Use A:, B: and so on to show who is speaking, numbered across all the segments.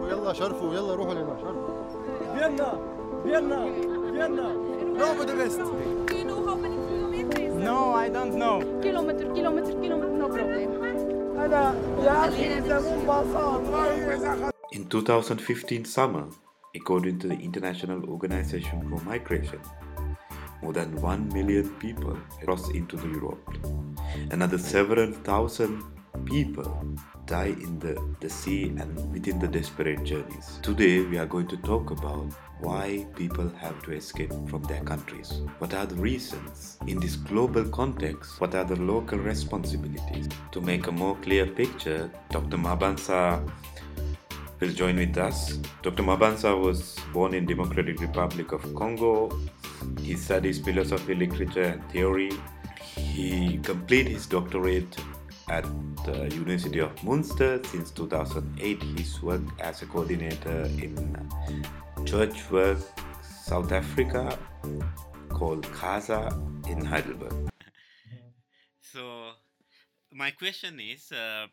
A: ويلا شرفوا يلا روحوا لنا شرفوا
B: Vienna! Vienna! Vienna!
C: No, Budapest.
D: Do you know how many kilometers?
C: No, I don't know.
D: Kilometer, kilometer, kilometer, Nou, no problem.
E: In 2015 summer, according to the International Organization for Migration, more than 1 million people crossed into Europe. Another several thousand people die in the, the sea and within the desperate journeys. Today, we are going to talk about why people have to escape from their countries. What are the reasons? In this global context, what are the local responsibilities? To make a more clear picture, Dr. Mabansa will join with us. Dr. Mabansa was born in Democratic Republic of Congo. He studies philosophy, literature, and theory. He completed his doctorate at the University of Munster. Since 2008, he's worked as a coordinator in church work South Africa called CASA in Heidelberg. So, my question is. Uh,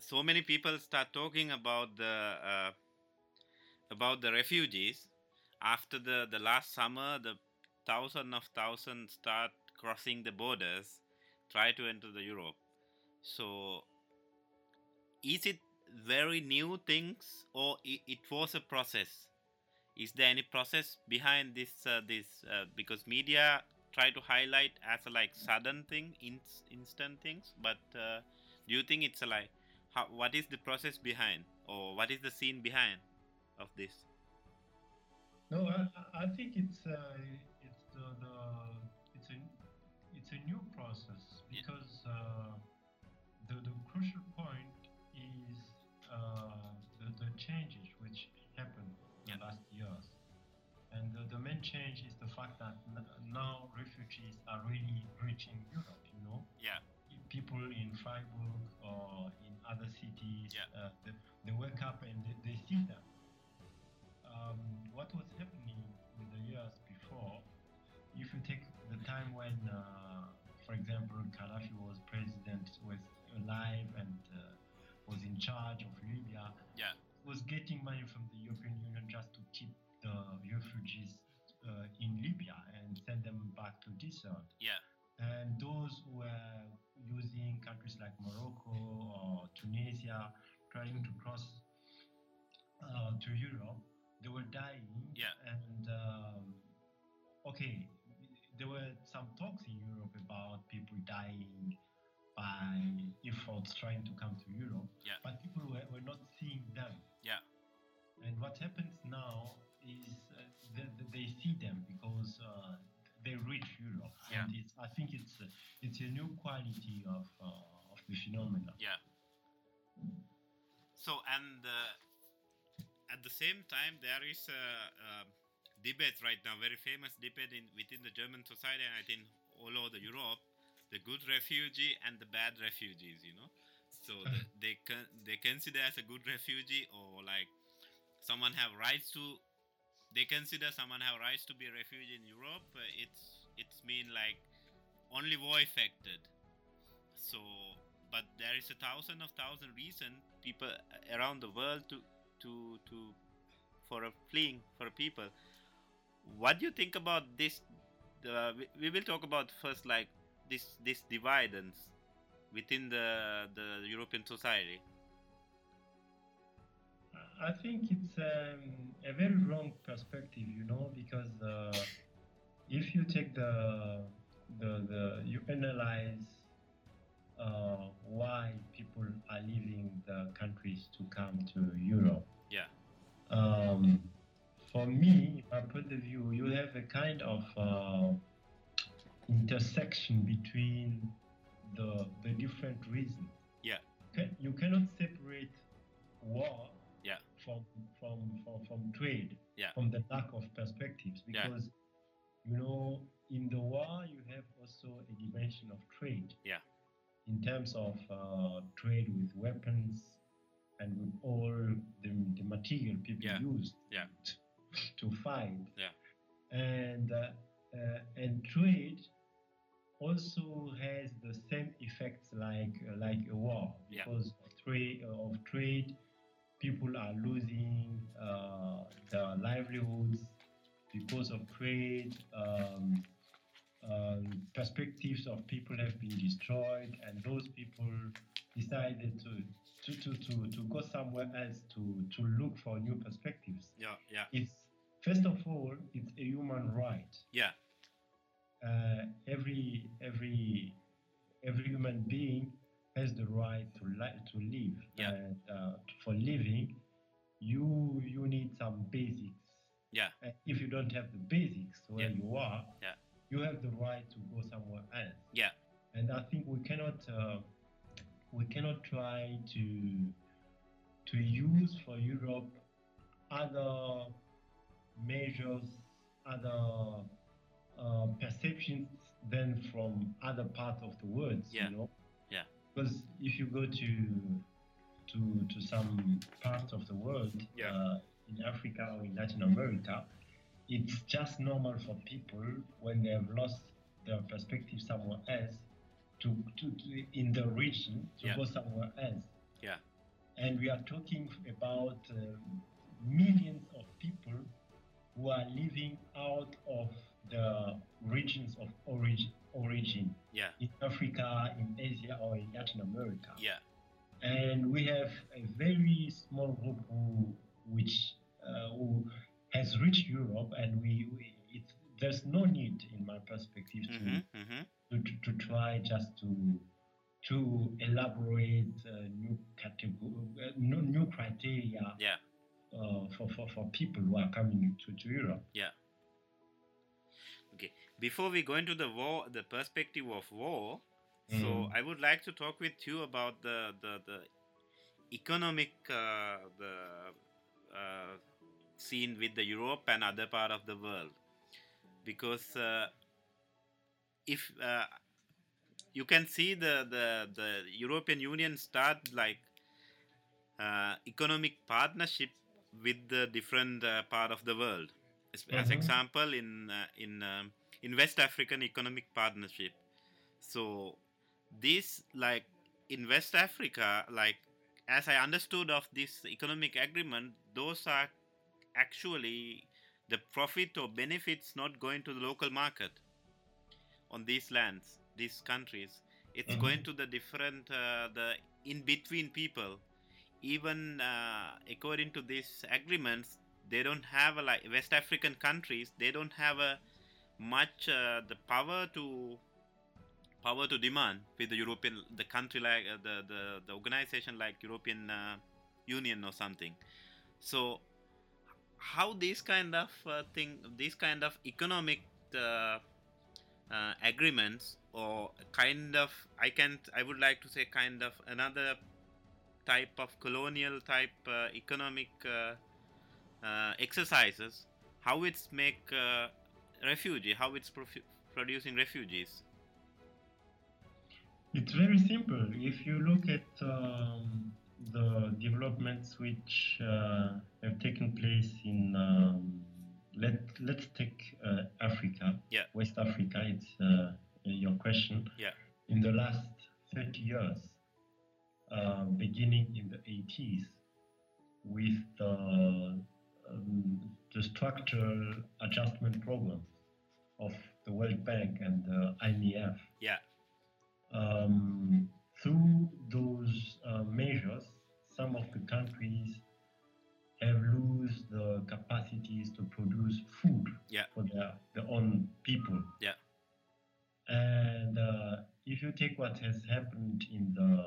E: so many people start talking about the uh, about the refugees after the the last summer the thousand of thousands start crossing the borders try to enter the europe so is it very new things or it, it was a process is there any process behind this uh, this uh, because media try to highlight as a like sudden thing in, instant things but uh, do you think it's a like how, what is the process behind or what is the scene behind of this
F: No, I, I I think it's uh, it's the, the it's a it's a new process
E: Yeah.
F: because uh, the the crucial point is uh, the, the changes which happened
E: Yeah.
F: in the last years, and the, the main change is the fact that n- now refugees are really reaching Europe. You know,
E: yeah
F: people in Freiburg or in other cities,
E: Yeah.
F: uh, they, they wake up and they, they see them. Um, what was happening in the years before, if you take the time when, uh, for example, Gaddafi was president, was alive and uh, was in charge of Libya,
E: Yeah.
F: was getting money from the European Union just to keep the refugees uh, in Libya and send them back to desert
E: yeah
F: and those who were using countries like Morocco or Tunisia trying to cross uh, to Europe, they were dying.
E: Yeah.
F: And um, okay, there were some talks in Europe about people dying by efforts trying to come to Europe,
E: Yeah.
F: but people were, were not seeing them.
E: Yeah.
F: And what happens now is uh, that that they see them because uh, they reach Europe.
E: Yeah.
F: And it's, I think it's a, it's a new quality of, uh, of the phenomena.
E: yeah so and uh, at the same time there is a, uh debate right now very famous debate in, within the german society and i think all over europe the good refugee and the bad refugees you know so the, they con- they consider as a good refugee or like someone have rights to they consider someone have rights to be a refugee in europe uh, it's it's mean like only war affected so but there is a thousand of thousand reason people around the world to to to for a fleeing for people what do you think about this uh, we, we will talk about first like this this dividends within the the european society
F: I think it's um, a very wrong perspective, you know, because uh, if you take the the, the you analyze uh, why people are leaving the countries to come to Europe.
E: Yeah.
F: Um, for me, my point of view, you have a kind of uh, intersection between the the different reasons.
E: Yeah.
F: Can, you cannot separate war
E: Yeah.
F: from, from from from trade
E: Yeah.
F: from the lack of perspectives
E: Yeah.
F: because you know in the war you have also a dimension of trade
E: Yeah.
F: in terms of uh, trade with weapons and with all the, the material people
E: Yeah.
F: used
E: Yeah.
F: t- to fight
E: Yeah.
F: and uh, uh, and trade also has the same effects like like a war
E: Yeah.
F: because of trade of trade people are losing uh, their livelihoods because of trade. Um, um, perspectives of people have been destroyed, and those people decided to to, to, to, to go somewhere else to, to look for new perspectives.
G: Yeah, yeah,
F: It's first of all, it's a human right.
G: yeah,
F: Uh, every every every human being has the right to li- to live.
G: Yeah.
F: And, uh, for living, you you need some basics.
G: yeah,
F: And if you don't have the basics where
G: Yeah.
F: you are,
G: Yeah.
F: you have the right to go somewhere else.
G: yeah,
F: And I think we cannot uh, we cannot try to to use for Europe other measures, other uh, perceptions than from other parts of the world.
G: Yeah.
F: You know?
G: Yeah.
F: Because if you go to to, to some parts of the world,
G: Yeah.
F: uh, in Africa or in Latin America, it's just normal for people when they have lost their perspective somewhere else to, to, to in the region to
G: Yeah.
F: go somewhere else.
G: Yeah.
F: And we are talking about uh, millions of people who are living out of the regions of origin, origin
G: yeah,
F: in Africa, in Asia, or in Latin America
G: yeah,
F: and we have a very small group who, which uh, who has reached Europe, and we, we it, there's no need, in my perspective, to,
G: mm-hmm, mm-hmm,
F: to, to, to try just to to elaborate uh, new category, uh, new, new criteria
G: yeah.
F: uh, for, for, for people who are coming to, to Europe.
G: Okay. Before we go into the war, the perspective of war, so
F: Mm.
G: I would like to talk with you about the the, the economic uh, the uh, scene with the Europe and other part of the world, because uh, if uh, you can see the, the the European Union start like uh, economic partnership with the different uh, part of the world. As, as
F: Mhm.
G: example, in uh, in um, in West African Economic Partnership. So this like in West Africa, like as I understood of this economic agreement, those are actually the profit or benefits not going to the local market on these lands, these countries. It's
F: Mhm.
G: going to the different, uh, the in between people. Even uh, according to these agreements, they don't have a, like West African countries. They don't have a much uh, the power to power to demand with the European, the country like uh, the, the the organization like European uh, Union or something. So how these kind of uh, thing, these kind of economic uh, uh, agreements or kind of I can I would like to say kind of another type of colonial type uh, economic uh, uh, exercises. How it's make uh, refugee? How it's profu- producing refugees?
F: It's very simple. If you look at um, the developments which uh, have taken place in, um, let, let's take uh, Africa,
G: Yeah.
F: West Africa, it's uh, your question.
G: Yeah.
F: In the last 30 years, uh, beginning in the 80s, with the, um, the structural adjustment program of the World Bank and the E IMF
G: Yeah,
F: um, through those uh, measures, some of the countries have lost the capacities to produce food
G: Yeah.
F: for their, their own people.
G: Yeah.
F: And uh, if you take what has happened in the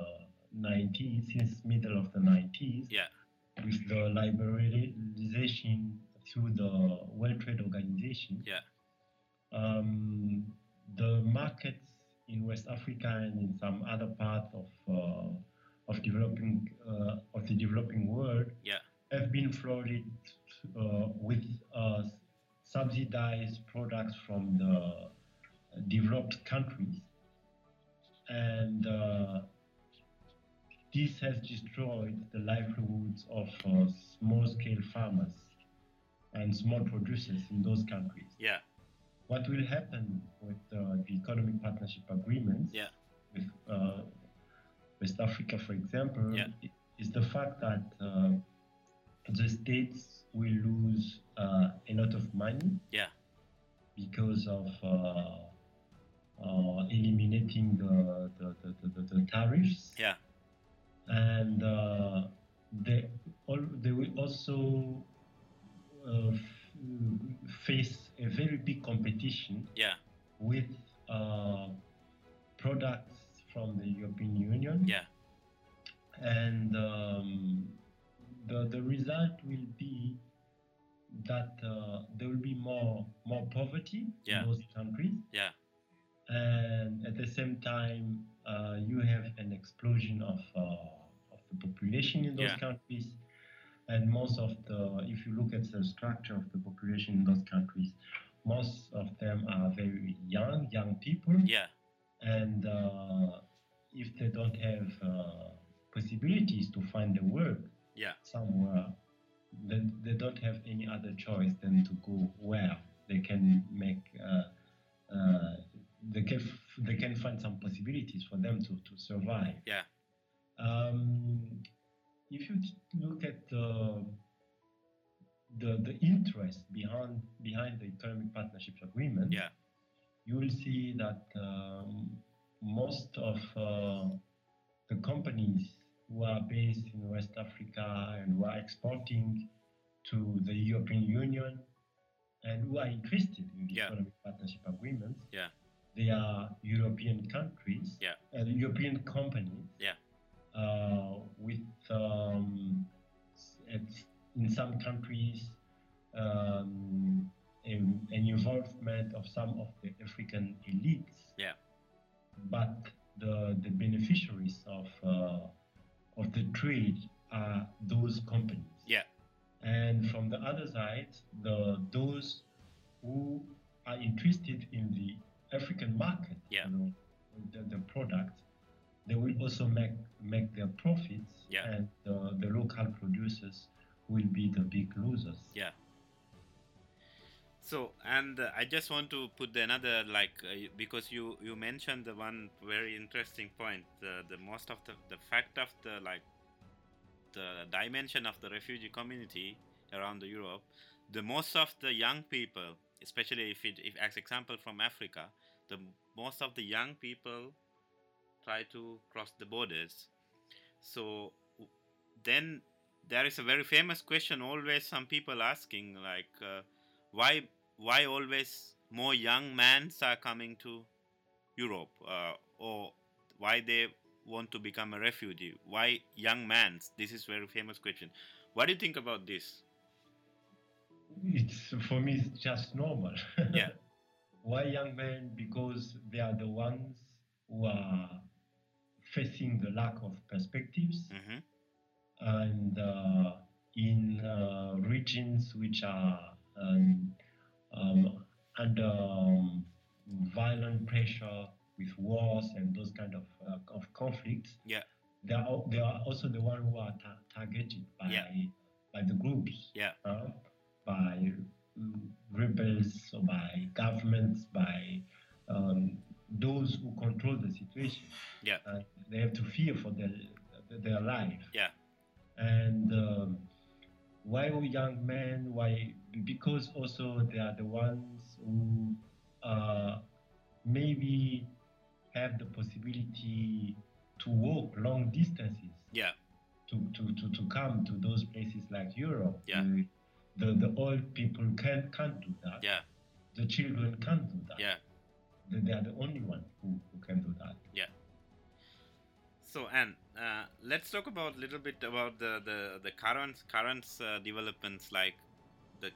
F: 90s, since middle of the 90s,
G: Yeah.
F: with the liberalization through the World Trade Organization,
G: yeah,
F: um, the markets in West Africa and in some other parts of uh, of developing uh, of the developing world
G: yeah,
F: have been flooded uh, with uh, subsidized products from the developed countries, and uh, this has destroyed the livelihoods of uh, small-scale farmers and small producers in those countries
G: yeah,
F: what will happen with uh, the economic partnership agreements
G: Yeah.
F: with uh, West Africa, for example,
G: Yeah.
F: i- is the fact that uh, the states will lose uh, a lot of money
G: Yeah.
F: because of uh, uh, eliminating the, the, the, the, the, the tariffs.
G: Yeah.
F: And uh, they, all, they will also uh, f- face a very big competition
G: Yeah.
F: with uh, products from the European Union.
G: Yeah.
F: And um, the, the result will be that uh, there will be more more poverty
G: Yeah.
F: in those countries.
G: Yeah.
F: And at the same time, uh, you have an explosion of, uh, of the population in those
G: Yeah.
F: countries. And most of the, if you look at the structure of the population in those countries, most of them are very young, young people
G: Yeah.
F: and uh, if they don't have uh, possibilities to find a work
G: Yeah.
F: somewhere, then they don't have any other choice than to go where they can make uh, uh, they can f- they can find some possibilities for them to to survive.
G: Yeah.
F: Um, if you t- look at the the, the interest behind behind the economic partnership agreement,
G: Yeah.
F: you will see that um, most of uh, the companies who are based in West Africa and who are exporting to the European Union and who are interested in the
G: Yeah.
F: economic partnership agreements,
G: Yeah.
F: they are European countries,
G: Yeah.
F: and European companies,
G: Yeah.
F: uh, with um, s- at- in some countries um, an an involvement of some of the African elites.
G: Yeah.
F: But the the beneficiaries of uh, of the trade are those companies.
G: Yeah.
F: And from the other side, the those who are interested in the African market,
G: Yeah.
F: you know, the, the product, they will also make make their profits,
G: Yeah.
F: and the, the local producers will be the big losers.
G: Yeah. So and uh, I just want to put another like uh, y- because you you mentioned the one very interesting point the the most of the the fact of the like the dimension of the refugee community around the Europe the most of the young people especially if it if as example from Africa the m- most of the young people try to cross the borders so w- then there is a very famous question always some people asking like uh, why why always more young men are coming to Europe uh, or why they want to become a refugee why young men this is very famous question what do you think about this
F: It's for me, it's just normal.
G: Yeah.
F: Why young men? Because they are the ones who are facing the lack of perspectives.
G: hmm
F: and uh, in uh, regions which are um, um, under um, violent pressure with wars and those kind of, uh, of conflicts.
G: Yeah.
F: They are, al- they are also the one who are ta- targeted by
G: Yeah.
F: by the groups.
G: Yeah.
F: uh, by mm, rebels, or by governments, by um, those who control the situation.
G: Yeah.
F: Uh, they have to fear for their their life.
G: Yeah.
F: And um, why we young men? Why? Because also they are the ones who uh, maybe have the possibility to walk long distances.
G: Yeah.
F: To, to, to, to come to those places like Europe.
G: Yeah.
F: The, the, the old people can, can't do that.
G: yeah
F: The children can't do that.
G: yeah
F: They, they are the only ones who, who can do that.
G: So, Anne, uh, let's talk about little bit about the the the current current uh, developments like the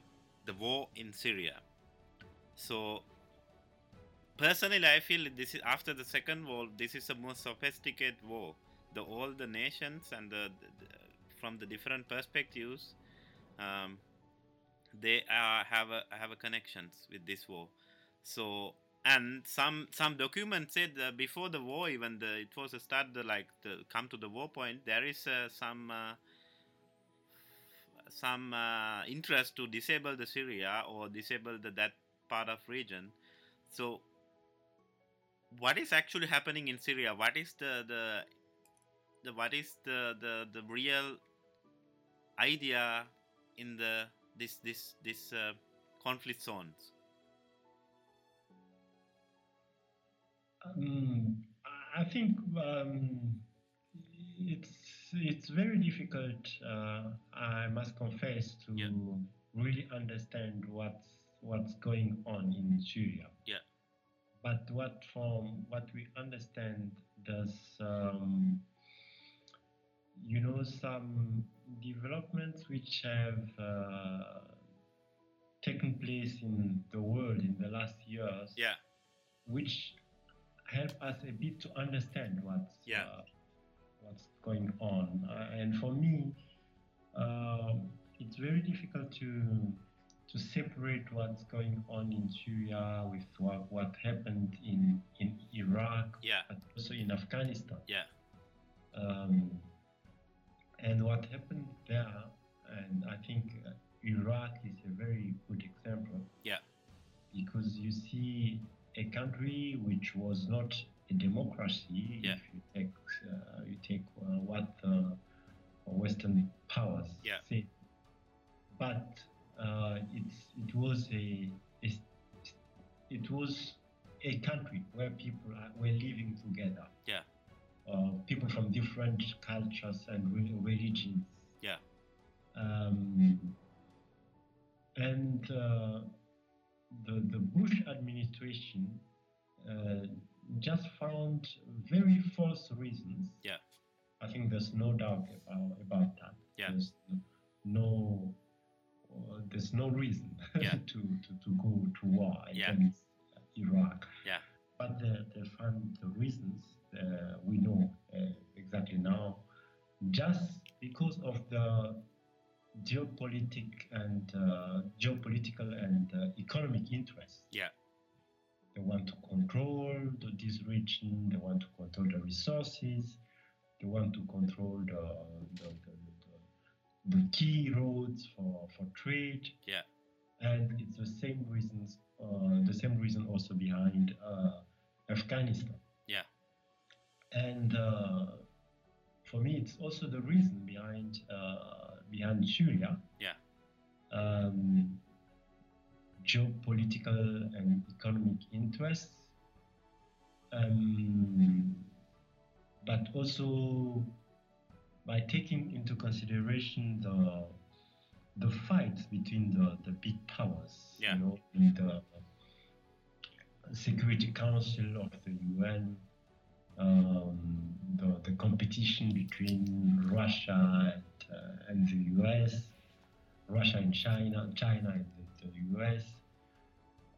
G: the war in Syria. So, personally, I feel this is after the second war. This is the most sophisticated war. The all the nations and the, the, the- from the different perspectives, um, they uh, have a have a connections with this war. So and some some documents said uh, before the war even the it was a start the, like the come to the war point there is uh, some uh, some uh, interest to disable the syria or disable the that part of region so what is actually happening in syria what is the the, the what is the, the the real idea in the this this this uh, conflict zones.
F: Um, I think um, it's it's very difficult. Uh, I must confess to
G: Yeah.
F: really understand what's what's going on in Syria.
G: Yeah.
F: But what from what we understand, there's um, you know some developments which have uh, taken place in the world in the last years
G: Yeah,
F: which help us a bit to understand what's
G: Yeah.
F: uh, what's going on. Uh, and for me, uh, it's very difficult to to separate what's going on in Syria with what, what happened in in Iraq,
G: yeah,
F: but also in Afghanistan.
G: yeah,
F: Um, and what happened there, and I think uh, Iraq is a very good example.
G: Yeah.
F: Because you see a country which was not a democracy.
G: Yeah.
F: If you take, uh, you take uh, what uh, Western powers
G: Yeah.
F: say, but uh, it's it was a, a it was a country where people are, were living together uh, people from different cultures and re- religions.
G: Yeah.
F: Um, and uh, the the Bush administration uh, just found very false reasons.
G: Yeah.
F: I think there's no doubt about about that.
G: Yeah.
F: There's no. Uh, there's no reason
G: Yeah.
F: to, to, to go to war
G: Yeah.
F: against Iraq.
G: Yeah.
F: But the, the, fund, the reasons uh, we know uh, exactly now, just because of the geopolitic and uh, geopolitical and uh, economic interests.
G: Yeah.
F: They want to control the, this region. They want to control the resources. They want to control the the, the, the, the key roads for, for trade.
G: Yeah.
F: And it's the same reasons, uh, the same reason also behind uh, Afghanistan.
G: Yeah.
F: And uh, for me, it's also the reason behind uh, behind Syria.
G: Yeah.
F: Um, geopolitical and economic interests, um, but also by taking into consideration the the fights between the, the big powers,
G: Yeah.
F: you know, in the Security Council of the UN, um, the, the competition between Russia and, uh, and the US, Russia and China, China and the, the US.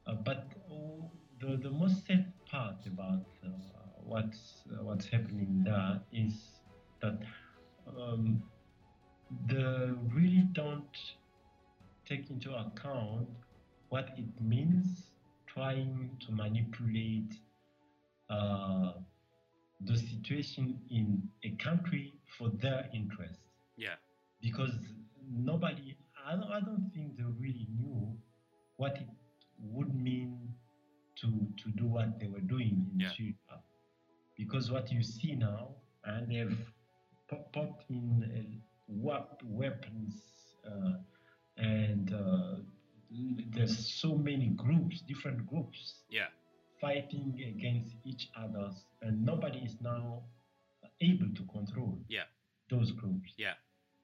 F: Uh, but oh, the, the most sad part about uh, what's, uh, what's happening there is that um, they really don't take into account what it means trying to manipulate uh, the situation in a country for their interests
G: yeah,
F: because nobody, I don't, I don't think they really knew what it would mean to to do what they were doing in
G: Yeah.
F: Syria. Because what you see now, and they've po- popped in uh, wep- weapons, uh, and uh, there's so many groups, different groups
G: yeah,
F: fighting against each others, and nobody is now able to control
G: Yeah.
F: those groups.
G: Yeah.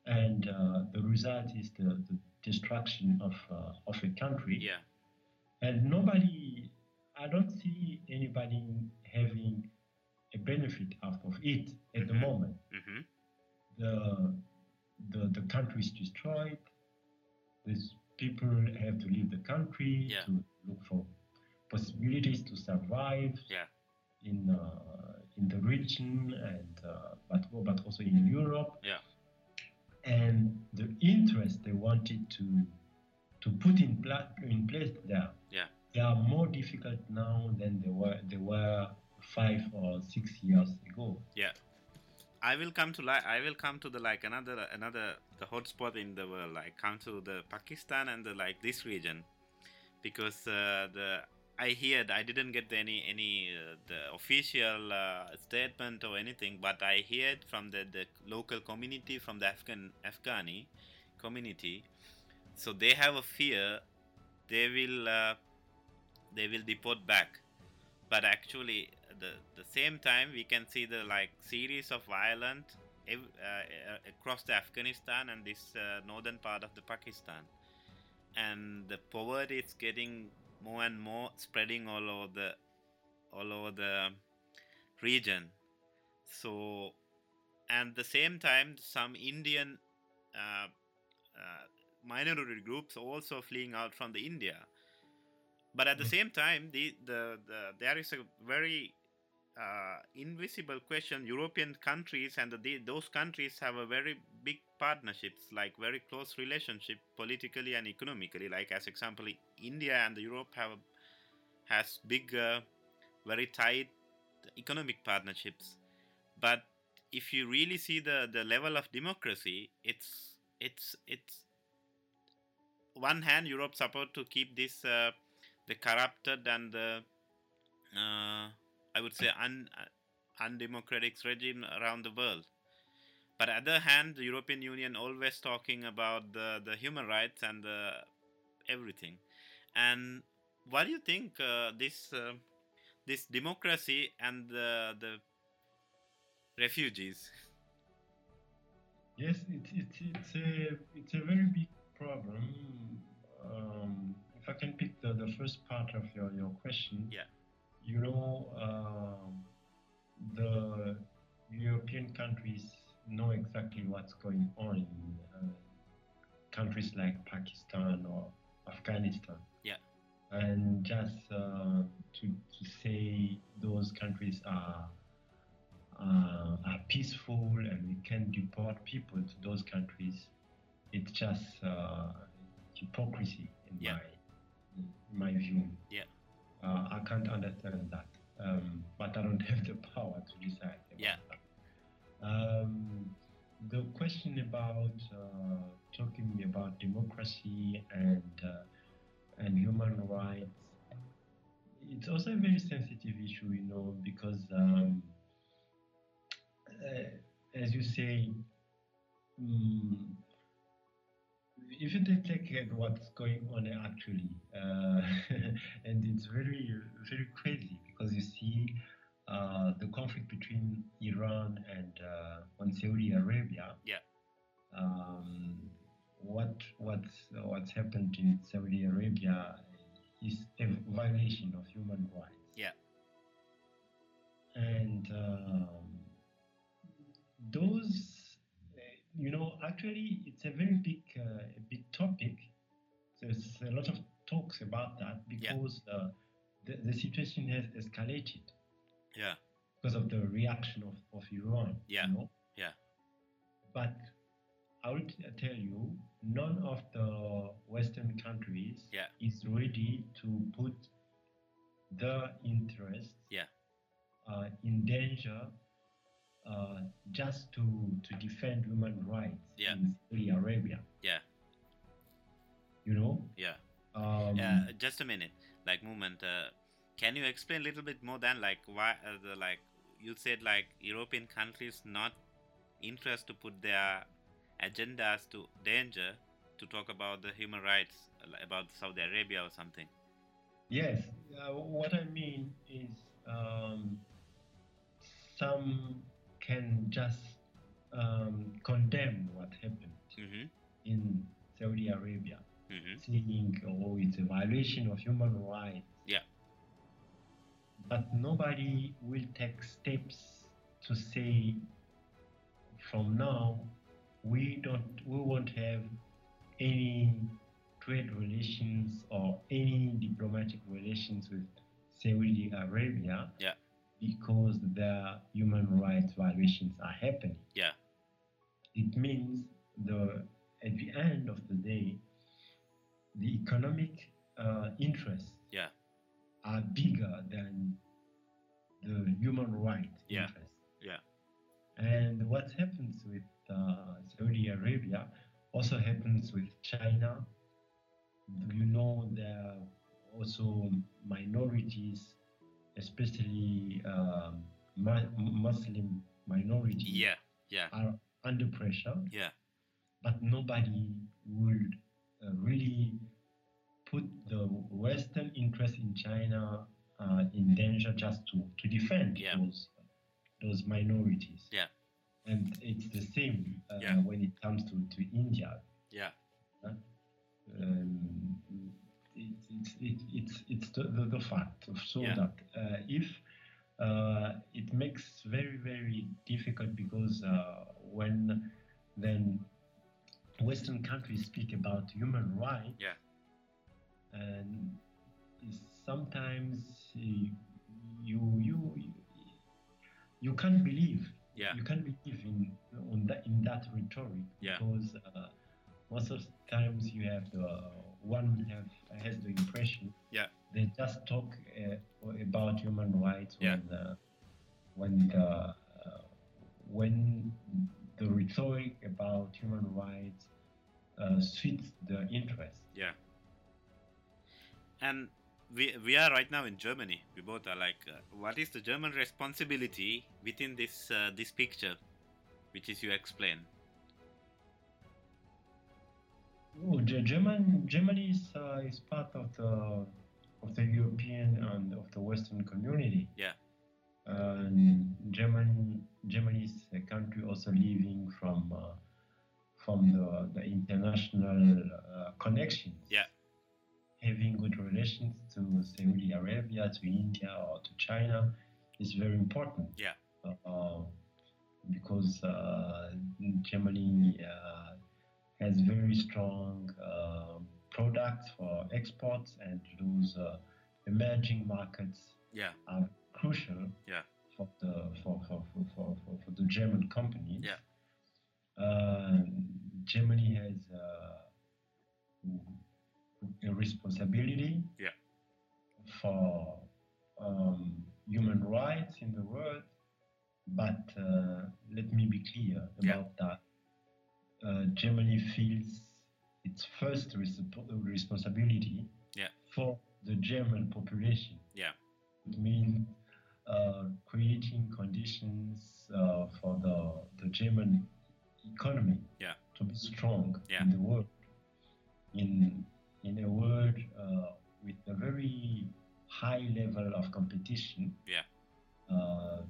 F: And uh, the result is the, the destruction of, uh, of a country.
G: yeah,
F: And nobody, I don't see anybody having a benefit out of it at the
G: Mhm.
F: moment.
G: mm-hmm.
F: The, the, the country is destroyed. These people have to leave the country
G: Yeah.
F: to look for possibilities to survive
G: Yeah.
F: in uh, in the region and uh, but but also in Europe.
G: Yeah.
F: And the interest they wanted to to put in pla- in place there.
G: Yeah.
F: They are more difficult now than they were they were five or six years ago.
G: I will come to like I will come to the like another another the hotspot in the world. Like come to the Pakistan and the like this region, because uh, the I heard I didn't get any any uh, the official uh, statement or anything, but I heard from the the local community from the Afghan Afghani community so they have a fear they will uh, they will deport back but actually the the same time we can see the like series of violent ev- uh, uh, across the afghanistan and this uh, northern part of the pakistan and the poverty is getting more and more spreading all over the all over the region so and the same time some indian uh, uh, minority groups also fleeing out from the india but at the same time the, the, the there is a very uh, invisible question european countries and the, those countries have a very big partnerships like very close relationship politically and economically like as example india and europe have has big uh, very tight economic partnerships but if you really see the the level of democracy it's it's it's one hand europe support to keep this uh, the corrupted and the uh, I would say un, undemocratic regime around the world. But other hand, the European Union always talking about the, the human rights and the everything. And what do you think uh, this uh, this democracy and the, the refugees?
F: Yes, it's it's it's a it's a very big problem. Um, if I can pick the, the first part of your, your question,
G: Yeah.
F: you know, um, the European countries know exactly what's going on in uh, countries like Pakistan or Afghanistan.
G: Yeah.
F: And just uh, to, to say those countries are uh, are peaceful and we can deport people to those countries, it's just uh, hypocrisy in
G: Yeah.
F: my in my view.
G: Yeah.
F: Uh, I can't understand that, um, but I don't have the power to decide. About
G: Yeah.
F: That. Um, the question about uh, talking about democracy and uh, and human rights, it's also a very sensitive issue, you know, because um, uh, as you say, mm, if you take like, at what's going on actually, uh, and it's very very crazy because you see uh, the conflict between Iran and uh, on Saudi Arabia.
G: Yeah.
F: Um, what what's what's happened in Saudi Arabia is a violation of human rights.
G: Yeah.
F: And um, those uh, you know actually it's a very big uh, a big topic there's a lot of talks about that
G: Yeah.
F: because uh, the, the situation has escalated
G: Yeah,
F: because of the reaction of, of iran
G: Yeah.
F: you know?
G: Yeah.
F: but i will t- tell you none of the western countries
G: Yeah.
F: is ready to put their interests
G: Yeah.
F: uh, in danger uh, just to, to defend human rights
G: Yeah.
F: in Saudi Arabia.
G: Yeah.
F: You know?
G: yeah.
F: Um,
G: Yeah, Uh, just a minute. Like movement. Uh, can you explain a little bit more than like why uh, the like you said like European countries not interest to put their agendas to danger to talk about the human rights uh, like about Saudi Arabia or something.
F: Yes. Uh, what I mean is um, some can just um, condemn what happened
G: Mhm.
F: in Saudi Arabia,
G: Mhm.
F: saying, oh, it's a violation of human rights.
G: Yeah.
F: But nobody will take steps to say, from now, we don't, we won't have any trade relations or any diplomatic relations with Saudi Arabia.
G: Yeah.
F: Because their human rights violations are happening
G: Yeah.
F: it means the at the end of the day, the economic uh, interests
G: Yeah.
F: are bigger than the human right
G: Yeah.
F: interests.
G: Yeah.
F: And what happens with uh, Saudi Arabia also happens with China. You know, there are also minorities, especially um, mu- Muslim minorities,
G: Yeah. Yeah.
F: are under pressure
G: Yeah.
F: but nobody would uh, really put the Western interest in China uh, in danger just to, to defend
G: Yeah.
F: those, those minorities.
G: Yeah.
F: And it's the same uh,
G: Yeah.
F: when it comes to, to India.
G: Yeah.
F: Um, it, it's it, it's, it's the, the, the fact. of- So
G: Yeah.
F: that uh, if uh, it makes very, very difficult because uh, when then Western countries speak about human rights,
G: Yeah.
F: and is sometimes you you you, you can't believe
G: Yeah.
F: you can't believe in on that in that rhetoric
G: Yeah.
F: because uh, most of the times you have the one have has the impression
G: Yeah.
F: they just talk uh, about human rights
G: Yeah.
F: when uh, when the uh, when the rhetoric about human rights uh, suits their interest.
G: Yeah. And we, we are right now in Germany. We both are like, uh, what is the German responsibility within this uh, this picture, which is you explain?
F: Oh, Ge- German, Germany is, uh, is part of the of the European and of the Western community.
G: Yeah.
F: And German, Germany is a country also living from uh, from the, the international uh, connections.
G: Yeah.
F: Having good relations to Saudi Arabia, to India, or to China is very important.
G: Yeah.
F: Uh, because uh, Germany uh, has very strong um products for exports, and those uh, emerging markets
G: Yeah.
F: are crucial
G: Yeah.
F: for the for for, for, for, for, for the German companies.
G: Yeah.
F: Uh, Germany has uh, a responsibility
G: Yeah.
F: for um, human rights in the world, but uh, let me be clear
G: Yeah.
F: about that. Uh, Germany feels its first resp- responsibility
G: Yeah.
F: for the German population.
G: Yeah.
F: It means uh, creating conditions uh, for the, the German economy
G: Yeah.
F: to be strong
G: Yeah.
F: in the world. In in a world uh, with a very high level of competition.
G: Yeah.
F: Uh,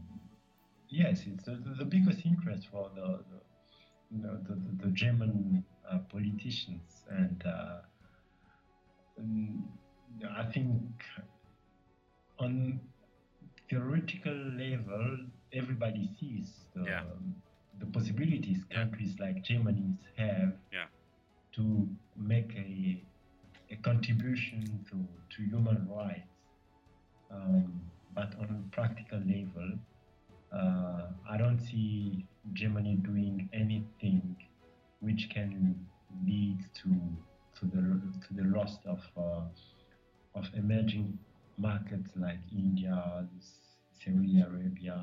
F: yes, it's the, the, the biggest interest for the the, you know, the, the, the German uh, politicians and. Uh, mm, I think on theoretical level, everybody sees the,
G: Yeah.
F: the possibilities
G: Yeah.
F: countries like Germany have
G: Yeah.
F: to make a, a contribution to, to human rights. Um, but on practical level, uh, I don't see Germany doing anything which can lead to to the to the loss of uh, of emerging markets like India, Saudi Arabia,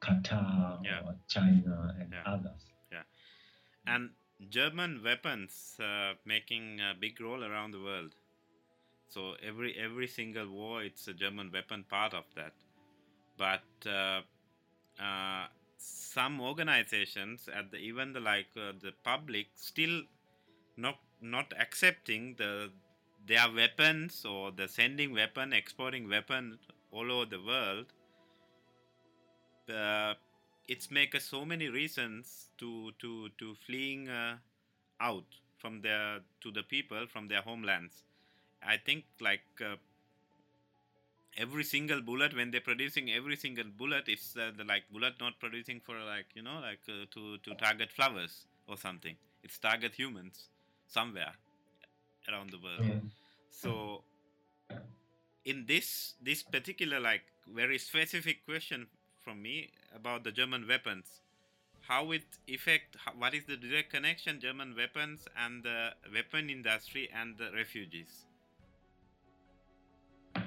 F: Qatar,
G: Yeah.
F: or China, and
G: Yeah.
F: others.
G: And German weapons uh, making a big role around the world. So every every single war, it's a German weapon part of that. But uh, uh, some organizations, at the, even the like uh, the public, still not not accepting the their weapons or the sending weapon, exporting weapon all over the world. Uh, it's make us so many reasons to to to fleeing uh, out from their to the people from their homelands i think like uh, every single bullet when they're producing every single bullet it's uh, the like bullet not producing for like you know like uh, to to target flowers or something it's target humans somewhere around the world
F: Yeah.
G: so in this this particular like very specific question from me about the german weapons how it affect ho- what is the direct connection german weapons and the weapon industry and the refugees
F: I,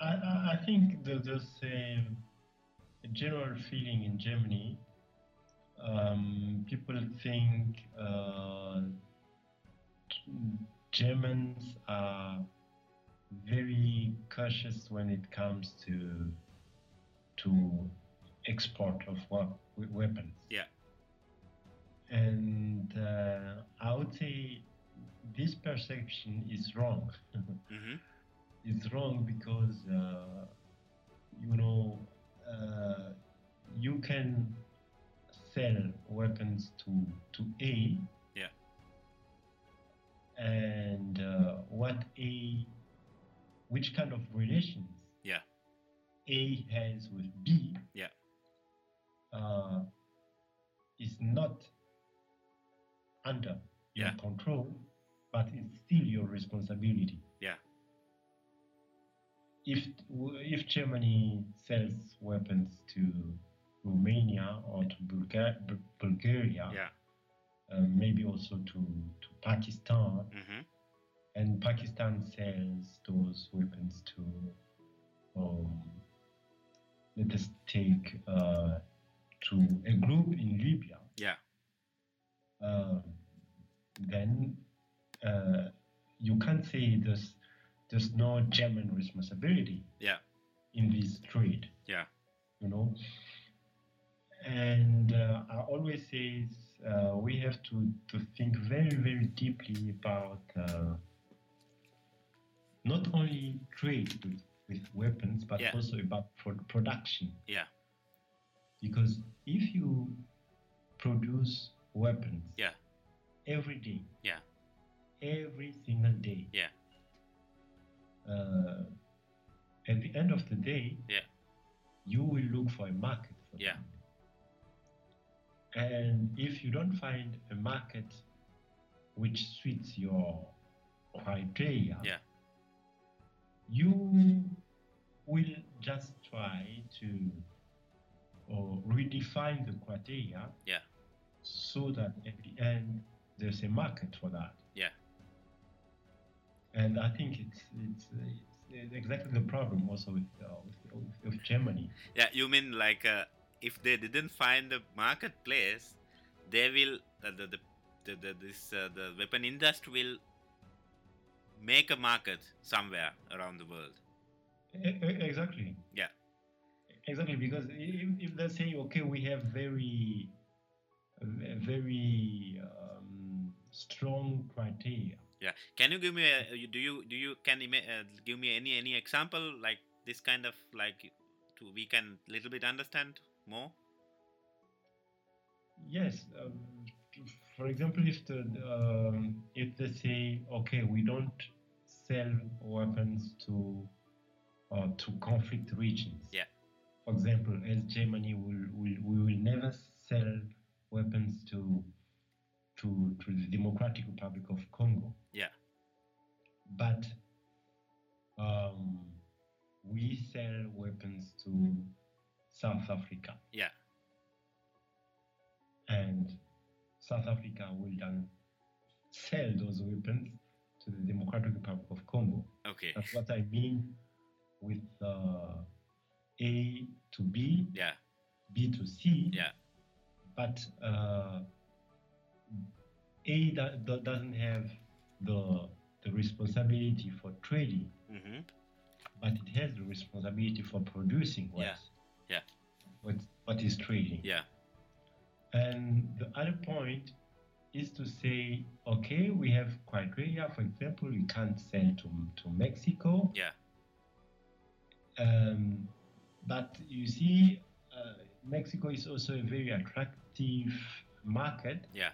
F: I I think that there's a, a general feeling in Germany. Um, people think uh, Germans are very cautious when it comes to to export of wea- weapons.
G: Yeah.
F: And uh, I would this perception is wrong.
G: Mhm.
F: It's wrong because, uh, you know, uh, you can sell weapons to, to A.
G: Yeah.
F: And uh, what A, which kind of relations
G: Yeah.
F: A has with B
G: Yeah.
F: uh, is not under
G: Yeah.
F: your control, but it's still your responsibility.
G: Yeah.
F: If if Germany sells weapons to Romania or to Bulga- Bu- Bulgaria,
G: Yeah.
F: uh, maybe also to, to Pakistan,
G: Mhm.
F: and Pakistan sells those weapons to, um, let us take, uh, to a group in Libya.
G: Yeah.
F: Um, then uh, you can't say there's, there's no German responsibility
G: Yeah.
F: in this trade.
G: Yeah.
F: You know? And uh, I always say uh, we have to, to think very, very deeply about. Uh, not only trade with, with weapons, but
G: Yeah.
F: also about pro- production.
G: Yeah.
F: Because if you produce weapons
G: Yeah.
F: every day,
G: Yeah.
F: every single day,
G: Yeah.
F: uh, at the end of the day,
G: Yeah.
F: you will look for a market for
G: Yeah.
F: them. And if you don't find a market which suits your criteria,
G: Yeah.
F: you will just try to or redefine the criteria
G: Yeah.
F: so that at the end there's a market for that.
G: Yeah.
F: And I think it's it's, it's exactly the problem also with, uh, with, with Germany.
G: Yeah, you mean like uh, if they didn't find the marketplace, they will uh, the, the the the this uh, the weapon industry will make a market somewhere around the world.
F: E- e- Exactly.
G: Yeah.
F: Exactly, because i- if, if they say, okay, we have very, ve- very um, strong criteria.
G: Yeah. Can you give me a uh, you- do you do you can ima- uh, give me any any example like this kind of like to we can little bit understand more?
F: Yes. Um, for example, if the um, if they say, okay, we don't sell weapons to uh, to conflict regions.
G: Yeah.
F: For example, as Germany will will we will never sell weapons to to to the Democratic Republic of Congo.
G: Yeah.
F: But um, we sell weapons to South Africa
G: Yeah.
F: and South Africa will then sell those weapons to the Democratic Republic of Congo.
G: Okay.
F: That's what I mean with uh, A to B,
G: Yeah.
F: B to C.
G: Yeah.
F: But uh, A that, that doesn't have the the responsibility for trading,
G: Mm-hmm.
F: but it has the responsibility for producing what
G: Yeah. Yeah.
F: what, what is trading.
G: Yeah.
F: And the other point is to say, okay, we have criteria. For example, we can't sell to, to Mexico.
G: Yeah.
F: Um, but you see, uh, Mexico is also a very attractive market.
G: Yeah.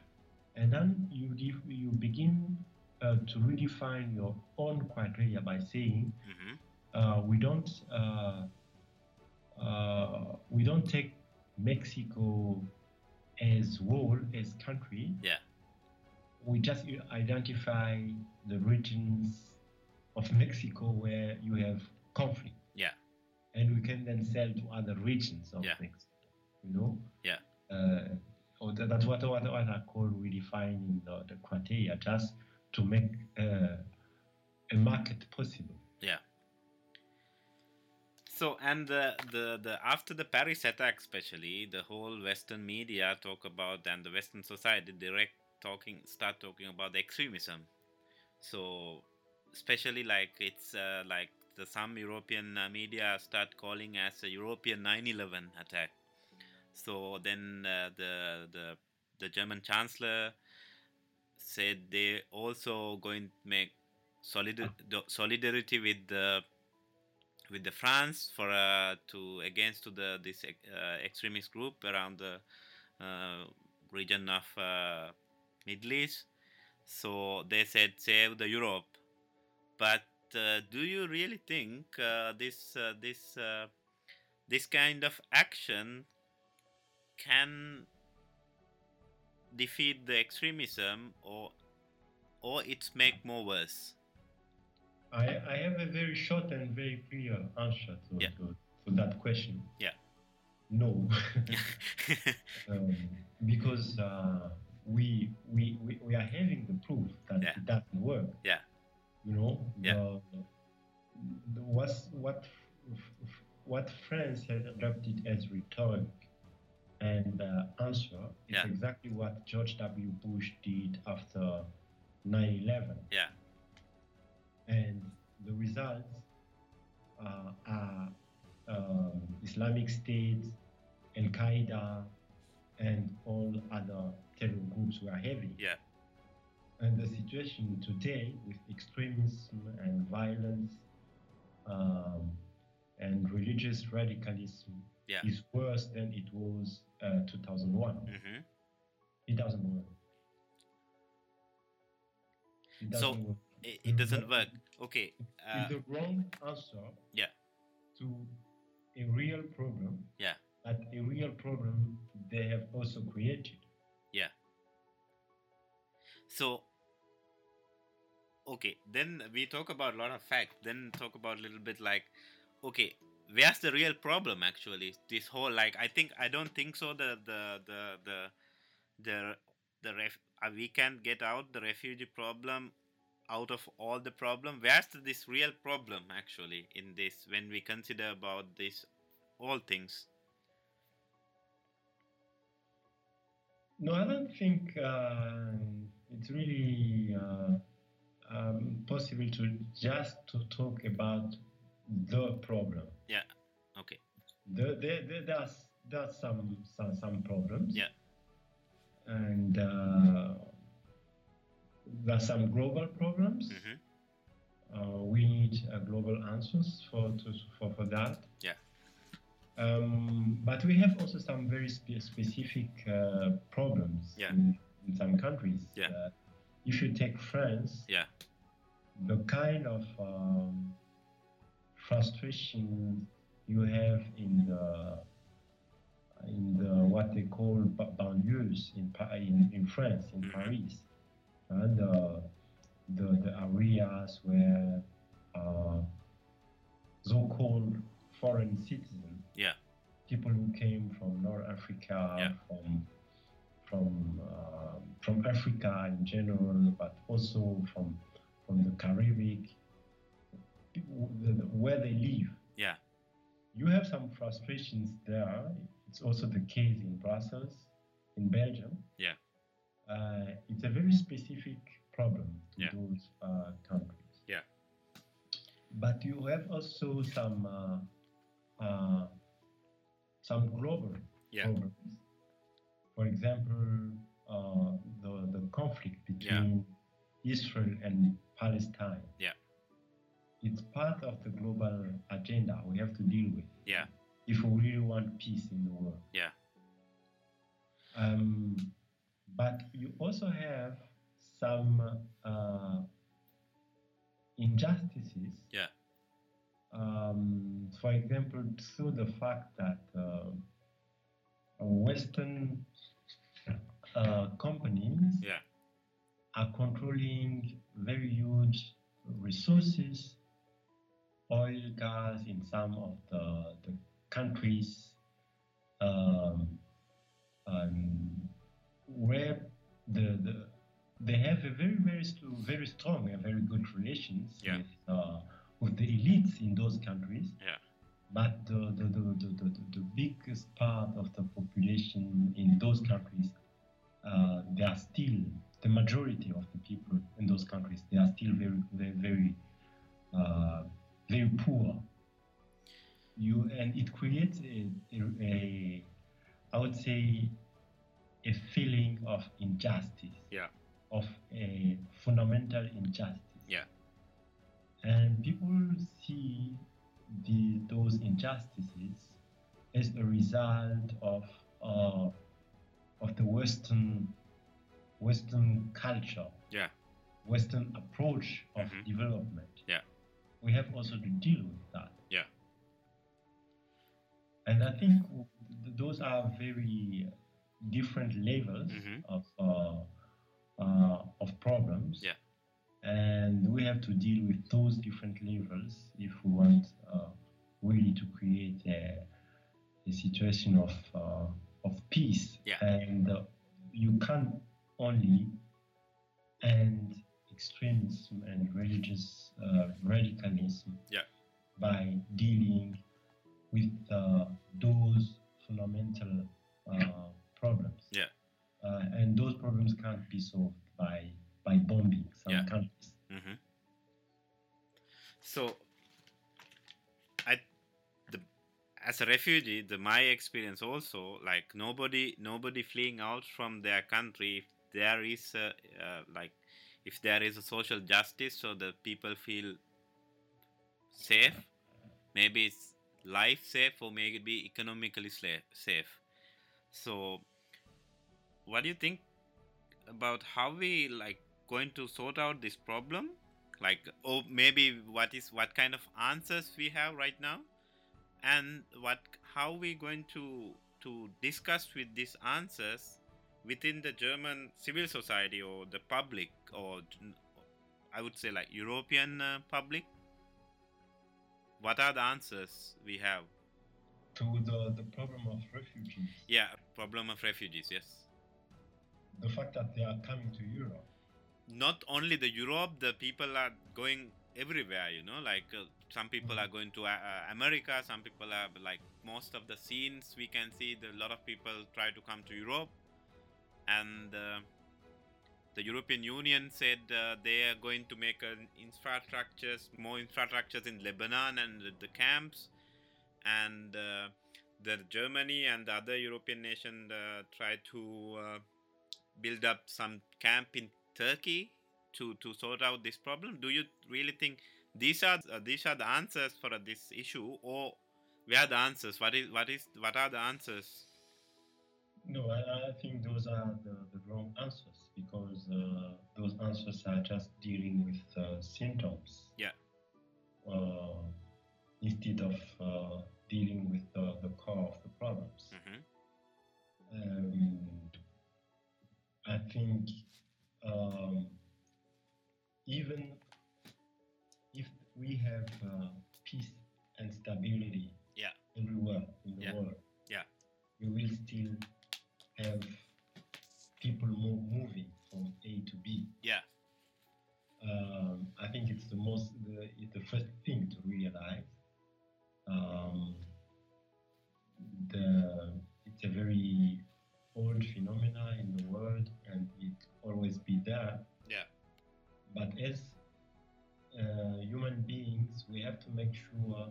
F: And then you def- you begin uh, to redefine your own criteria by saying
G: Mm-hmm.
F: uh, we don't uh, uh, we don't take Mexico as whole as country.
G: Yeah.
F: We just i- identify the regions of Mexico where you have conflict.
G: Yeah.
F: And we can then sell to other regions of
G: Yeah.
F: Mexico. You know.
G: Yeah.
F: Uh, or that, that's what, what, what I call redefining the, the criteria, just to make uh, a market possible.
G: So and the, the the after the Paris attack, especially the whole Western media talk about and the Western society direct talking start talking about the extremism. So especially like it's uh, like the some European uh, media start calling as a European 9/11 attack. So then uh, the the the German Chancellor said they also going to make solidar- do- solidarity with the with the France for uh, to against to the this uh, extremist group around the uh, region of uh, Middle East. So they said save the Europe, but uh, do you really think uh, this uh, this uh, this kind of action can defeat the extremism or or it's make more worse?
F: I, I have a very short and very clear answer to,
G: Yeah.
F: to, to that question.
G: Yeah.
F: No, um, because uh, we, we we we are having the proof that
G: Yeah.
F: it doesn't work.
G: Yeah.
F: You know.
G: Yeah.
F: The, the- what's, what f- f- what France has adopted as rhetoric and uh, answer is
G: Yeah.
F: exactly what George W. Bush did after 9/11.
G: Yeah.
F: And the results uh, are um, Islamic State, Al Qaeda, and all other terror groups we are having.
G: Yeah.
F: And the situation today with extremism and violence um, and religious radicalism
G: Yeah.
F: is worse than it was uh, 2001.
G: hmm
F: It doesn't work. It
G: So,
F: doesn't work.
G: It, it doesn't work. Okay. Uh,
F: It's the wrong answer
G: Yeah.
F: to a real problem
G: Yeah.
F: that a real problem they have also created.
G: so okay then we talk about a lot of facts then talk about a little bit like okay where's the real problem actually this whole like i think i don't think so the the the the the, the ref uh, we can get out the refugee problem out of all the problem where's the, this real problem actually in this when we consider about this all things
F: No, I don't think uh, it's really uh, um, possible to just to talk about the problem.
G: okay
F: There, there, there, there's, there's some, some some problems.
G: Yeah.
F: And uh, there's some global problems.
G: Mhm.
F: Uh, we need uh, global answers for to, for, for that.
G: Yeah.
F: Um, but we have also some very spe- specific uh, problems
G: Yeah.
F: in, in some countries.
G: Yeah.
F: Uh, if you take France,
G: Yeah.
F: the kind of um, frustration you have in the in the what they call ba- banlieues in Pa- in, in France in
G: Mhm.
F: Paris, uh, the, the the areas where uh, so-called foreign citizens,
G: Yeah.
F: people who came from North Africa,
G: Yeah.
F: from from uh, from Africa in general, but also from from the Caribbean, the- the- where they live.
G: Yeah.
F: You have some frustrations there. It's also the case in Brussels, in Belgium.
G: Yeah.
F: Uh, it's a very specific problem to
G: Yeah.
F: those uh, countries.
G: Yeah.
F: But you have also some uh, uh, some global
G: Yeah.
F: problems. For example, uh, the the conflict between Israel and Palestine.
G: Yeah.
F: It's part of the global agenda we have to deal with
G: yeah
F: if we really want peace in the world.
G: Yeah.
F: Um, but you also have some uh, injustices.
G: Yeah.
F: Um, for example, through the fact that uh, Western uh, companies
G: Yeah.
F: are controlling very huge resources, oil, gas in some of the, the countries um, um, where the, the they have a very very st- very strong and very good relations
G: Yeah.
F: with, uh, with the elites in those countries.
G: Yeah.
F: But the the, the, the, the, the the biggest part of the population in those countries, uh, they are still the majority of the people in those countries. They are still very very very uh, very poor. You and it creates a, a, a I would say a feeling of injustice
G: Yeah.
F: of a fundamental injustice.
G: Yeah.
F: And people see the, those injustices as a result of uh, of the Western Western culture.
G: Yeah.
F: Western approach of
G: Mhm.
F: development.
G: Yeah.
F: We have also to deal with that.
G: Yeah.
F: And I think w- th- those are very different levels
G: Mhm.
F: of uh, uh, of problems.
G: Yeah.
F: And we have to deal with those different levels if we want uh, really to create a, a situation of uh, of peace.
G: Yeah.
F: And uh, you can't only end extremism and religious uh, radicalism
G: Yeah.
F: by dealing with uh, those fundamental uh, problems.
G: Yeah.
F: Uh, and those problems can't be solved by by bombing some
G: Yeah.
F: countries.
G: Mm-hmm. So, I, the, as a refugee, the my experience also like nobody nobody fleeing out from their country. If there is a, uh, like, if there is a social justice, so the people feel safe. Maybe it's life safe or maybe economically sla- safe. So, what do you think about how we like going to sort out this problem like or maybe what is what kind of answers we have right now and what how we going to to discuss with these answers within the german civil society or the public or i would say like european uh, public what are the answers we have
F: To the, the problem of refugees,
G: yeah problem of refugees yes
F: the fact that they are coming to Europe.
G: not only the Europe, the people are going everywhere. You know, like uh, some people are going to uh, uh, America, some people are like most of the scenes we can see. The lot of people try to come to Europe, and uh, the European Union said uh, they are going to make an infrastructures, more infrastructures in Lebanon and the, the camps, and uh, the Germany and the other European nation uh, try to. Uh, build up some camp in Turkey to to sort out this problem? Do you really think these are uh, these are the answers for uh, this issue, or where are the answers? What is what is what are the answers?
F: No, I, I think those are the, the wrong answers because uh, those answers are just dealing with uh, symptoms.
G: Yeah.
F: Uh, instead of uh, dealing with uh, the core of the problems.
G: Mhm.
F: Um, I think um, even if we have uh, peace and stability
G: Yeah.
F: everywhere in the
G: Yeah.
F: world,
G: Yeah.
F: we will still have people mo- moving from A to B.
G: Yeah,
F: Um, I think it's the most the, it's the first thing to realize. Um, the it's a very old phenomena in the world, and it always be there.
G: Yeah.
F: But as uh, human beings, we have to make sure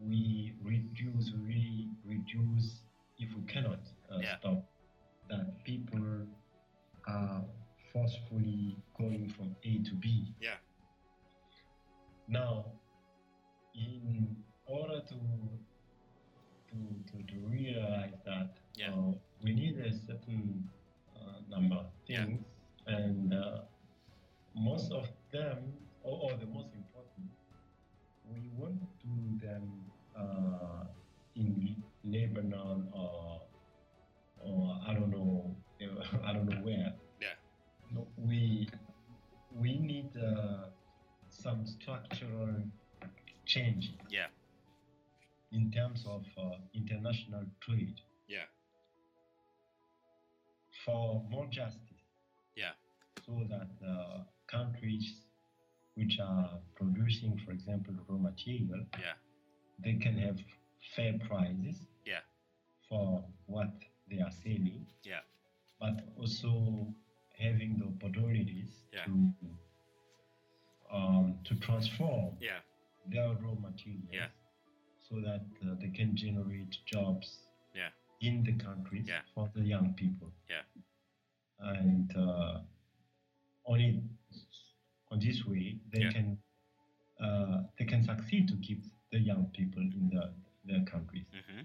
F: we reduce, we reduce if we cannot uh,
G: Yeah.
F: stop that people are forcefully going from A to B.
G: Yeah.
F: Now, in order to to, to, to realize that
G: Yeah.
F: uh, we need a certain uh, number of
G: Yeah.
F: things, and uh, most of them, or, or the most important, we won't do them uh, in Lebanon or or I don't know, I don't know where.
G: Yeah.
F: No, we we need uh, some structural change.
G: Yeah.
F: In terms of uh, international trade.
G: Yeah.
F: For more justice.
G: Yeah.
F: So that uh, countries which are producing, for example, raw material,
G: Yeah.
F: they can have fair prices.
G: Yeah.
F: For what they are selling
G: yeah,
F: but also having the opportunities
G: Yeah.
F: to um, to transform
G: yeah,
F: their raw materials
G: Yeah.
F: so that uh, they can generate jobs
G: Yeah.
F: in the countries
G: Yeah.
F: for the young people.
G: Yeah.
F: And uh, put in on this way, they
H: Yeah.
F: can uh, they can succeed to keep the young people in the, their countries.
G: hmm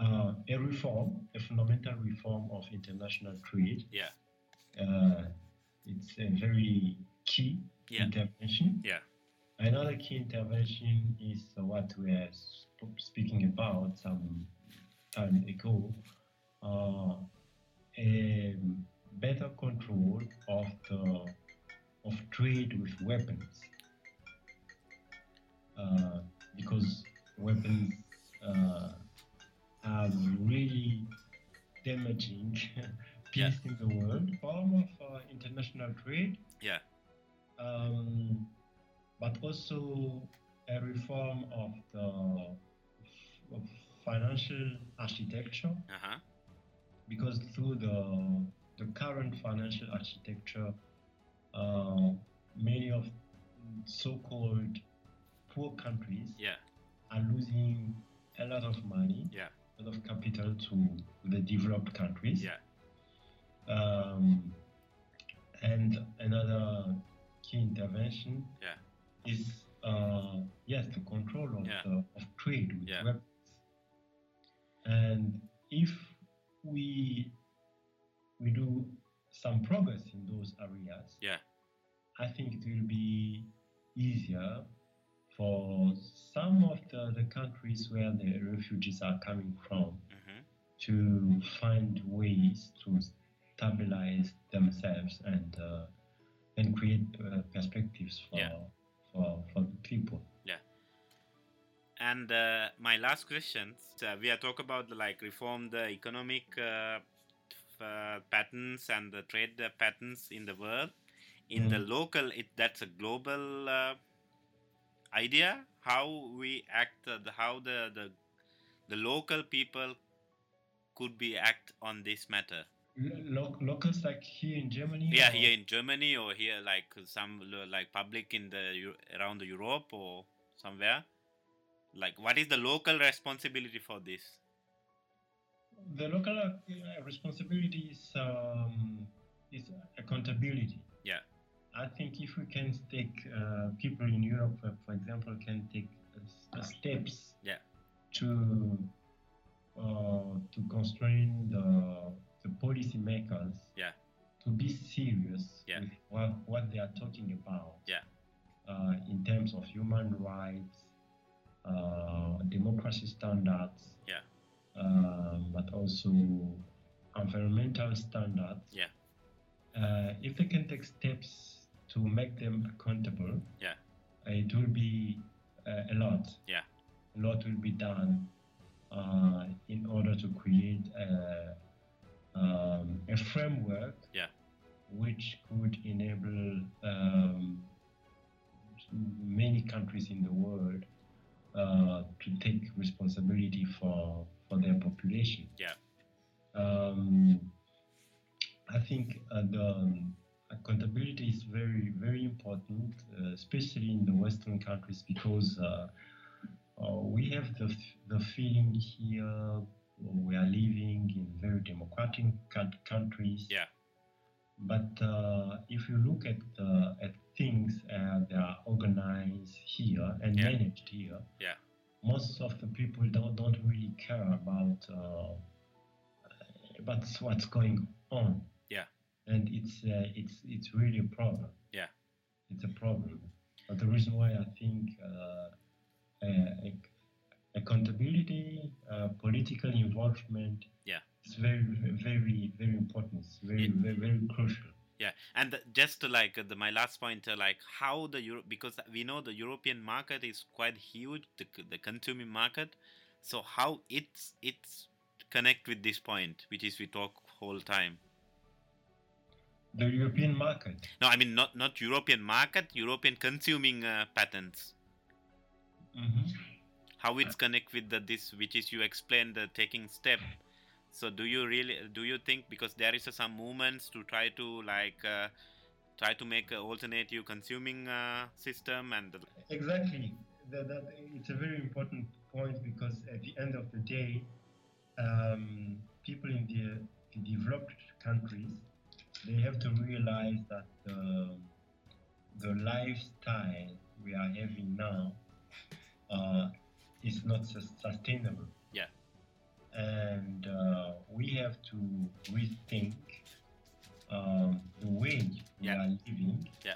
F: Uh, a reform, a fundamental reform of international trade,
G: Yeah.
F: uh, it's a very key
G: Yeah.
F: intervention.
G: Yeah.
F: Another key intervention is what we are sp- speaking about some time ago uh, a better control of the of trade with weapons uh, because weapons uh, are really damaging
G: Yeah.
F: peace in the world form of uh, international trade
G: Yeah.
F: um, but also a reform of the f- of financial architecture
G: Uh huh.
F: because through the the current financial architecture, uh, many of so-called poor countries
G: Yeah.
F: are losing a lot of money,
G: Yeah.
F: a lot of capital to the developed countries.
G: Yeah.
F: Um, and another key intervention
G: Yeah.
F: is uh, yes the control of,
G: Yeah.
F: the, of trade with
G: Yeah.
F: weapons. And if we we do some progress in those areas,
G: Yeah.
F: I think it will be easier for some of the, the countries where the refugees are coming from
G: hmm
F: to find ways to stabilize themselves and uh, and create uh, perspectives for,
G: Yeah.
F: for for the people.
G: And uh, my last question: uh, we are talking about like reform the economic uh, f- uh, patterns and the trade uh, patterns in the world. In the local, it that's a global uh, idea. How we act, uh, the, how the, the the local people could be act on this matter.
F: Lo- lo- locals like here in Germany.
G: Yeah,
F: or-
G: here in Germany or here like some l- like public in the Eu- around the Europe or somewhere. Like, what is the local responsibility for this?
F: the local uh, responsibility is um, is accountability.
G: Yeah.
F: I think if we can take uh, people in Europe, uh, for example, can take uh, s- uh, steps
G: Yeah.
F: to uh, to constrain the the policy makers
G: Yeah.
F: to be serious
G: Yeah.
F: with what, what they are talking about
G: Yeah.
F: uh, in terms of human rights, uh, democracy standards,
G: Yeah.
F: um, but also environmental standards.
G: Yeah.
F: Uh, if they can take steps to make them accountable,
G: Yeah.
F: uh, it will be uh, a lot.
G: Yeah.
F: A lot will be done uh, in order to create a, um, a framework
G: Yeah.
F: which could enable um, many countries in the world uh, to take responsibility for, for their population.
G: Yeah.
F: Um, I think uh, the um, accountability is very, very important, uh, especially in the Western countries, because uh, uh, we have the, f- the feeling here we are living in very democratic coun- countries.
G: Yeah.
F: But uh, if you look at the, at things uh, that are organized here and
G: Yeah.
F: managed here,
G: Yeah.
F: most of the people don't, don't really care about uh, about what's going on.
G: Yeah.
F: And it's uh, it's it's really a problem.
G: Yeah.
F: It's a problem. But the reason why I think uh, uh, ac- accountability, uh, political involvement,
G: Yeah.
F: it's very very very important. It's very
G: Yeah.
F: very, very crucial.
G: Yeah, and the- just to like uh, the, my last point, uh, like how the Euro- because we know the European market is quite huge, the, c- the consuming market. So how it's it's connect with this point, which is we talk whole time.
F: The European market.
G: No, I mean not not European market, European consuming uh, patterns.
F: Mm-hmm.
G: how it's connect with the this which is you explained the taking step so do you really do you think because there is some movements to try to like uh, try to make an alternative consuming uh, system and the-
F: Exactly. That, that it's a very important point because at the end of the day, um, people in the, the developed countries they have to realize that the, the lifestyle we are having now uh, is not sus- sustainable.
G: Yeah.
F: And uh, we have to rethink um, the way we
G: Yeah.
F: are living.
G: Yeah.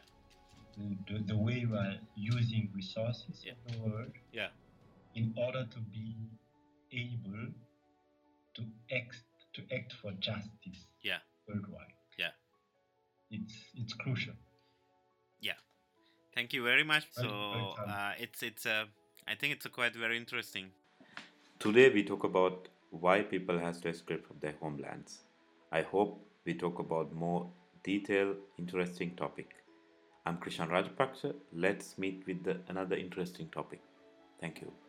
F: The, the, the way we are using resources
G: Yeah.
F: in the world
G: Yeah.
F: in order to be able to act to act for justice
G: Yeah.
F: worldwide.
G: Yeah.
F: It's it's crucial.
G: Thank you very much. So
F: Thank you, thank you.
G: uh, it's it's uh, I think it's a quite very interesting.
E: Today we talk about why people has to escape from their homelands. I hope we talk about more detailed, interesting topic. I'm Krishan Rajapaksa. Let's meet with the, another interesting topic. Thank you.